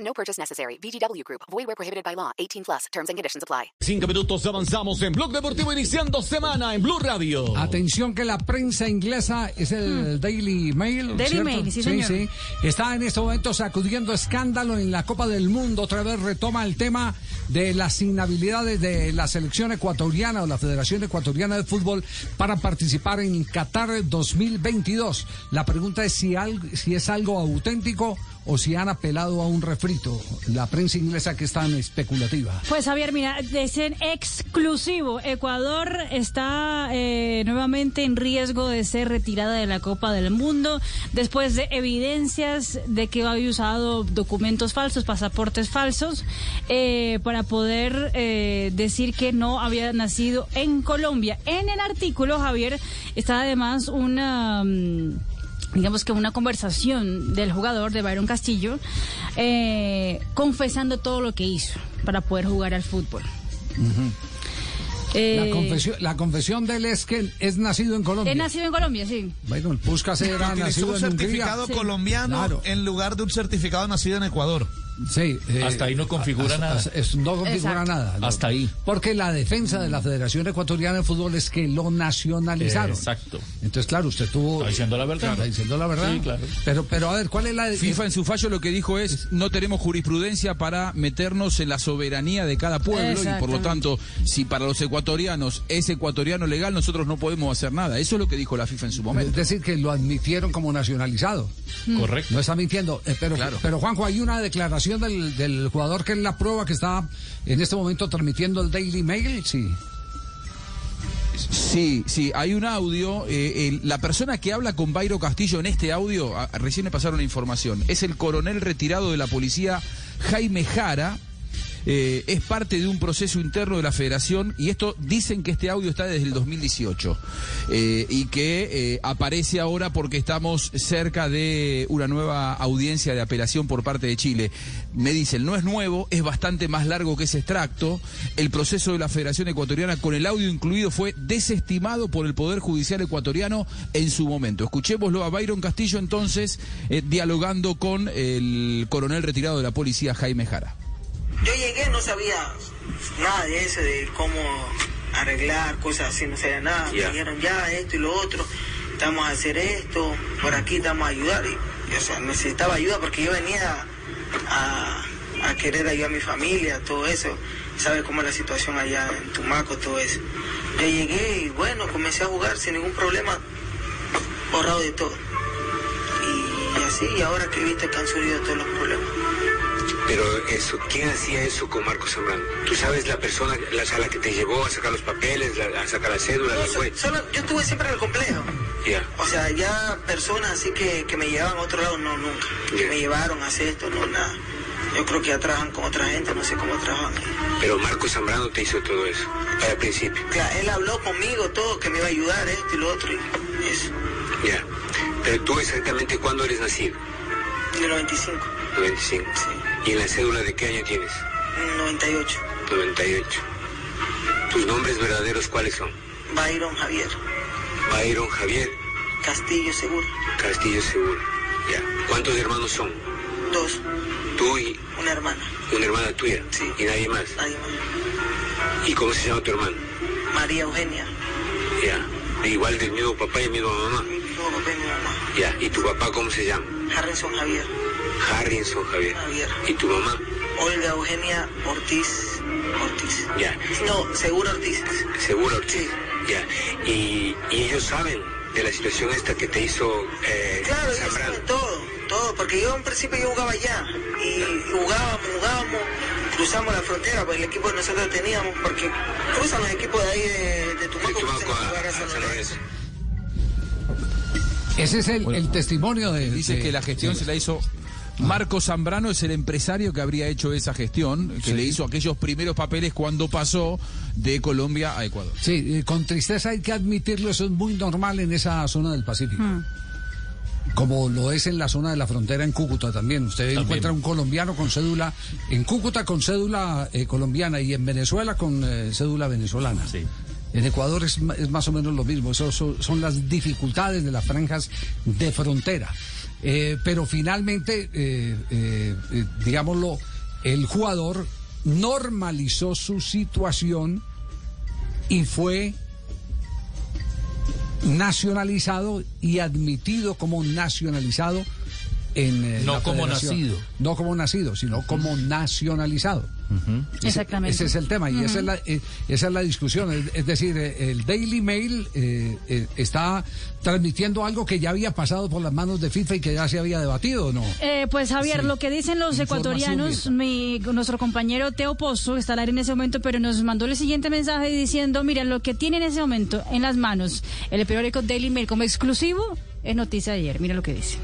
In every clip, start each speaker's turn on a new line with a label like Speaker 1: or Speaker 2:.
Speaker 1: No purchase necessary. VGW Group. Void where prohibited by law. 18 plus. Terms and conditions apply.
Speaker 2: Cinco minutos avanzamos en Blog Deportivo iniciando semana en Blue Radio.
Speaker 3: Ah, Atención que la prensa inglesa es el Daily Mail.
Speaker 4: Hmm. Daily
Speaker 3: ¿cierto?
Speaker 4: Mail, sí, señor.
Speaker 3: sí. Está en este momento sacudiendo escándalo en la Copa del Mundo. Otra vez retoma el tema de las inhabilidades de la selección ecuatoriana o la Federación Ecuatoriana de Fútbol para participar en Qatar 2022. La pregunta es si, al- si es algo auténtico o si han apelado a un refrito. La prensa inglesa que es tan especulativa.
Speaker 4: Pues Javier, mira, es en exclusivo. Ecuador está eh, nuevamente en riesgo de ser retirada de la Copa del Mundo después de evidencias de que había usado documentos falsos, pasaportes falsos, eh, para poder eh, decir que no había nacido en Colombia. En el artículo, Javier, está además una... mm, digamos que una conversación del jugador de Byron Castillo eh, confesando todo lo que hizo para poder jugar al fútbol. Eh,
Speaker 3: La, confesión, la confesión de él es que es nacido en Colombia.
Speaker 4: He nacido en Colombia, sí.
Speaker 3: Bueno, el Puskas era
Speaker 5: Utilizó
Speaker 3: nacido
Speaker 5: un
Speaker 3: en Hungría.
Speaker 5: certificado
Speaker 4: Sí.
Speaker 5: colombiano
Speaker 3: Claro.
Speaker 5: en lugar de un certificado nacido en Ecuador.
Speaker 3: Sí, eh,
Speaker 2: Hasta ahí no configura
Speaker 3: as-
Speaker 2: nada.
Speaker 3: as- es- no configura
Speaker 4: Exacto.
Speaker 3: nada. No.
Speaker 2: Hasta ahí.
Speaker 3: Porque la defensa de la Federación Ecuatoriana de Fútbol es que lo nacionalizaron.
Speaker 2: Exacto.
Speaker 3: Entonces, claro, usted tuvo...
Speaker 2: Está diciendo la verdad.
Speaker 3: Está diciendo la verdad.
Speaker 2: Sí, claro.
Speaker 3: Pero, pero a ver, ¿cuál es la...
Speaker 6: FIFA en su fallo lo que dijo es no tenemos jurisprudencia para meternos en la soberanía de cada pueblo y por lo
Speaker 4: Exactamente.
Speaker 6: tanto si para los ecuatorianos es ecuatoriano legal nosotros no podemos hacer nada. Eso es lo que dijo la FIFA en su
Speaker 3: Es
Speaker 6: momento.
Speaker 3: decir, que lo admitieron como nacionalizado.
Speaker 2: Correcto.
Speaker 3: No está mintiendo. Eh, pero,
Speaker 6: Claro.
Speaker 3: pero Juanjo, hay una declaración del, del jugador que es la prueba que está en este momento transmitiendo el Daily Mail. Sí.
Speaker 6: Sí, sí, hay un audio. eh, el- la persona que habla con Bayro Castillo en este audio, a- recién me pasaron la información, es el coronel retirado de la policía Jaime Jara. eh, es parte de un proceso interno de la federación y esto dicen que este audio está desde el 2018 eh, y que eh, aparece ahora porque estamos cerca de una nueva audiencia de apelación por parte de Chile. Me dicen, no es nuevo, es bastante más largo que ese extracto. El proceso de la Federación Ecuatoriana con el audio incluido fue desestimado por el Poder Judicial Ecuatoriano en su momento. Escuchémoslo a Byron Castillo entonces eh, dialogando con el coronel retirado de la policía Jaime Jara.
Speaker 7: Yo llegué, no sabía nada de eso, de cómo arreglar cosas así, no sabía nada. Me dijeron ya esto y lo otro, estamos a hacer esto, por aquí estamos a ayudar. Y, o sea, necesitaba ayuda porque yo venía a, a querer ayudar a mi familia, todo eso. ¿Sabes cómo es la situación allá en Tumaco, todo eso? Yo llegué y bueno, comencé a jugar sin ningún problema, borrado de todo. Y, así, y ahora que he visto que han surgido todos los problemas.
Speaker 8: Pero eso, ¿quién hacía eso con Marcos Zambrano? ¿Tú sabes la persona, la, o sea, la que te llevó a sacar los papeles, la- a sacar la cédula,
Speaker 7: No,
Speaker 8: la
Speaker 7: so-
Speaker 8: cuenta?
Speaker 7: solo, yo tuve siempre el complejo.
Speaker 8: pues. Ya.
Speaker 7: O sea, ya personas así que, que me llevaban a otro lado, no, nunca. Que me llevaron a hacer esto, no, nada. Yo creo que ya trabajan con otra gente, no sé cómo trabajan.
Speaker 8: Pero Marcos Zambrano te hizo todo eso, al principio.
Speaker 7: Claro, él habló conmigo todo, que me iba a ayudar, esto y lo otro, y eso.
Speaker 8: Ya. Pero tú exactamente cuándo eres nacido?
Speaker 7: En el 95,
Speaker 8: 95. ¿Y en la cédula de qué año tienes?
Speaker 7: en el 98,
Speaker 8: 98. ¿Tus nombres verdaderos cuáles son?
Speaker 7: Byron Javier,
Speaker 8: Byron Javier
Speaker 7: Castillo Seguro,
Speaker 8: Castillo Seguro. Ya. ¿Cuántos hermanos son?
Speaker 7: dos,
Speaker 8: Tú y
Speaker 7: una hermana,
Speaker 8: una hermana tuya.
Speaker 7: Sí.
Speaker 8: Y nadie más.
Speaker 7: nadie más.
Speaker 8: ¿Y cómo se llama tu hermano?
Speaker 7: María Eugenia,
Speaker 8: Ya. Igual del mismo papá y misma mamá.
Speaker 7: mi mi papá y mi mamá,
Speaker 8: Ya, ¿y tu papá cómo se llama?
Speaker 7: Harrison Javier,
Speaker 8: Harrison Javier.
Speaker 7: Javier.
Speaker 8: ¿Y tu mamá?
Speaker 7: Olga Eugenia Ortiz, Ortiz.
Speaker 8: Ya.
Speaker 7: No, Seguro Ortiz.
Speaker 8: Seguro, Ortiz.
Speaker 7: Sí.
Speaker 8: Ya. ¿Y, y ellos saben de la situación esta que te hizo eh,
Speaker 7: Claro, yo
Speaker 8: Zambrano?
Speaker 7: sabe todo, todo, porque yo en principio yo jugaba allá y jugábamos, jugábamos, cruzamos la frontera, pues el equipo que nosotros teníamos, porque cruzan los equipos de ahí de, de Tumaco,
Speaker 8: De
Speaker 7: cruzan
Speaker 8: Tumaco
Speaker 7: a jugar
Speaker 8: a,
Speaker 7: a
Speaker 8: a
Speaker 7: San
Speaker 8: San
Speaker 7: Lorenzo.
Speaker 8: Lorenzo.
Speaker 3: Ese es el, el testimonio de...
Speaker 6: Dice
Speaker 3: de-
Speaker 6: que la gestión
Speaker 3: de-
Speaker 6: se la hizo Marco Zambrano es el empresario que habría hecho esa gestión, que le hizo aquellos primeros papeles cuando pasó de Colombia a Ecuador.
Speaker 3: Sí, eh, con tristeza hay que admitirlo, eso es muy normal en esa zona del Pacífico. Como lo es en la zona de la frontera en Cúcuta también. Usted encuentra un colombiano con cédula, en Cúcuta con cédula eh, colombiana y en Venezuela con eh, cédula venezolana. En Ecuador es, ma- es más o menos lo mismo, eso, so- son las dificultades de las franjas de frontera. Eh, pero finalmente, eh, eh, eh, digámoslo, el jugador normalizó su situación y fue nacionalizado y admitido como nacionalizado en eh,
Speaker 5: No
Speaker 3: la
Speaker 5: como
Speaker 3: federación.
Speaker 5: nacido.
Speaker 3: no como nacido sino como nacionalizado Ese-
Speaker 4: Exactamente.
Speaker 3: ese es el tema y esa, es la, eh, esa es la discusión es, es decir eh, el Daily Mail eh, eh, está transmitiendo algo que ya había pasado por las manos de FIFA y que ya se había debatido no
Speaker 4: Eh, pues Javier, lo que dicen los
Speaker 3: Información
Speaker 4: ecuatorianos,
Speaker 3: esa.
Speaker 4: mi, nuestro compañero Teo Pozo está al aire en ese momento, pero nos mandó el siguiente mensaje diciendo, mira, lo que tiene en ese momento en las manos el periódico Daily Mail como exclusivo es noticia de ayer. Mira lo que dice.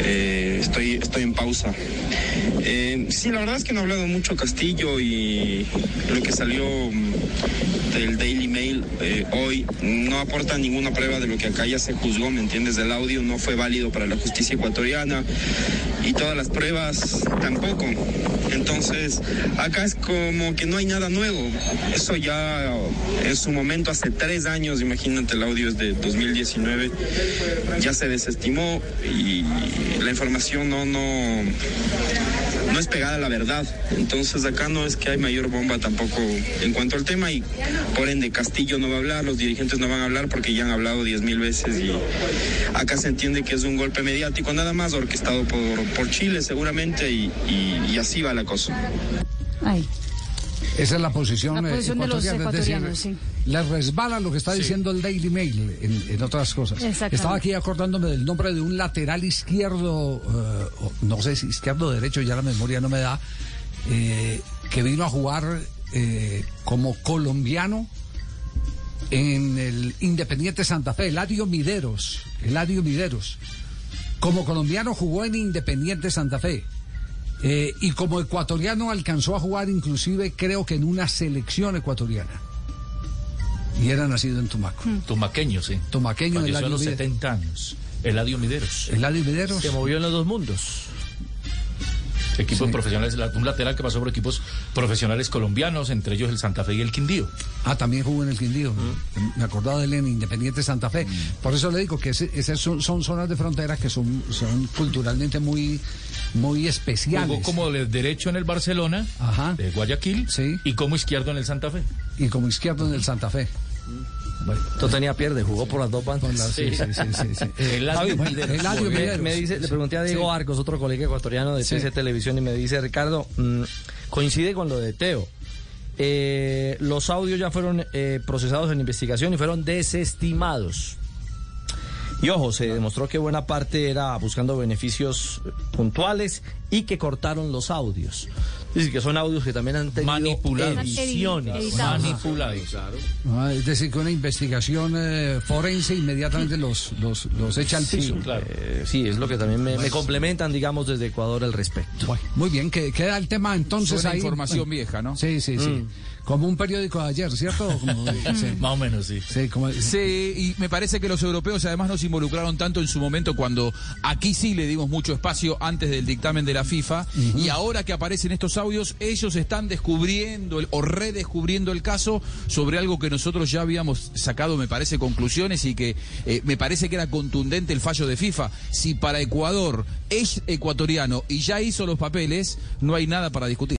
Speaker 9: Eh, estoy, estoy en pausa. Eh, sí, la verdad es que no he hablado mucho Castillo y lo que salió mm, del Daily Mail eh, hoy no aporta ninguna prueba de lo que acá ya se juzgó, ¿me entiendes? El audio no fue válido para la justicia ecuatoriana y todas las pruebas tampoco. Entonces, acá es como que no hay nada nuevo. Eso ya en su momento, hace tres años, imagínate, el audio es de 2019, ya se desestimó y la información no, no, no es pegada a la verdad. Entonces acá no es que hay mayor bomba tampoco en cuanto al tema y por ende Castillo no va a hablar, los dirigentes no van a hablar porque ya han hablado diez mil veces y acá se entiende que es un golpe mediático nada más orquestado por, por Chile seguramente y- y- y así va la cosa.
Speaker 4: Ay,
Speaker 3: Esa es la posición,
Speaker 4: La
Speaker 3: eh,
Speaker 4: posición de los
Speaker 3: ecuatoriana, es
Speaker 4: ecuatorianos,
Speaker 3: decir, Les resbala lo que está diciendo el Daily Mail en, en otras cosas.
Speaker 4: Exactamente.
Speaker 3: Estaba aquí acordándome del nombre de un lateral izquierdo, eh, o no sé si izquierdo o derecho, ya la memoria no me da, eh, que vino a jugar eh, como colombiano en el Independiente Santa Fe, Eladio Mideros. Eladio Mideros. Como colombiano jugó en Independiente Santa Fe. Eh, y como ecuatoriano alcanzó a jugar inclusive creo que en una selección ecuatoriana. Y era nacido en Tumaco.
Speaker 10: Mm.
Speaker 5: Tumaqueño, sí.
Speaker 3: Mm. Tumaqueño,
Speaker 5: Falleció a
Speaker 3: Eladio
Speaker 5: los
Speaker 3: Mideros.
Speaker 5: 70 años. Eladio Mideros.
Speaker 3: Eladio Mideros.
Speaker 5: Se movió en los dos mundos. Equipos profesionales, la- un lateral que pasó por equipos profesionales colombianos, entre ellos el Santa Fe y el Quindío.
Speaker 3: Ah, también jugó en el Quindío. Eh, Me acordaba de él en Independiente Santa Fe. Por eso le digo que esas son, son zonas de frontera que son, son culturalmente muy, muy especiales.
Speaker 5: Jugó como de derecho en el Barcelona,
Speaker 3: Ajá.
Speaker 5: de Guayaquil,
Speaker 3: Sí.
Speaker 5: y como izquierdo en el Santa Fe.
Speaker 3: Y como izquierdo en el Santa Fe.
Speaker 10: Esto tenía pierde, jugó por las dos
Speaker 3: Con la-
Speaker 10: bandas.
Speaker 3: sí, sí, sí, sí, sí. Eh,
Speaker 5: Eladio
Speaker 3: bueno,
Speaker 5: Mideros.
Speaker 3: Eladio
Speaker 5: Muy bien.
Speaker 3: Mideros.
Speaker 10: Me dice, le pregunté a Diego Arcos, otro colega ecuatoriano de
Speaker 3: Sí.
Speaker 10: TC Televisión, y me dice, Ricardo, mm, coincide con lo de Teo. Eh, los audios ya fueron eh, procesados en investigación y fueron desestimados. Y ojo, se demostró que buena parte era buscando beneficios puntuales y que cortaron los audios. Dice que son audios que también han tenido
Speaker 5: Manipulados.
Speaker 10: ediciones.
Speaker 4: Editados.
Speaker 5: Manipulados.
Speaker 3: Ah, es decir, que una investigación eh, forense inmediatamente los, los, los echa al piso.
Speaker 5: Claro. Pues-
Speaker 10: Eh, sí, es lo que también me, me complementan, digamos, desde Ecuador al respecto.
Speaker 3: Bueno, muy bien, que queda el tema entonces
Speaker 6: Suena
Speaker 3: ahí.
Speaker 6: información vieja, ¿no?
Speaker 3: Sí, sí, sí.
Speaker 11: Mm.
Speaker 3: Como un periódico de ayer, ¿cierto? Como- sí,
Speaker 5: Más o menos, sí.
Speaker 3: sí, como-
Speaker 6: Sí, y me parece que los europeos además nos involucraron tanto en su momento cuando aquí sí le dimos mucho espacio antes del dictamen de la FIFA y ahora que aparecen estos audios, ellos están descubriendo el- o redescubriendo el caso sobre algo que nosotros ya habíamos sacado, me parece, conclusiones y que eh, me parece que era contundente el fallo de FIFA. Si para Ecuador es ecuatoriano y ya hizo los papeles, no hay nada para discutir.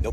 Speaker 11: No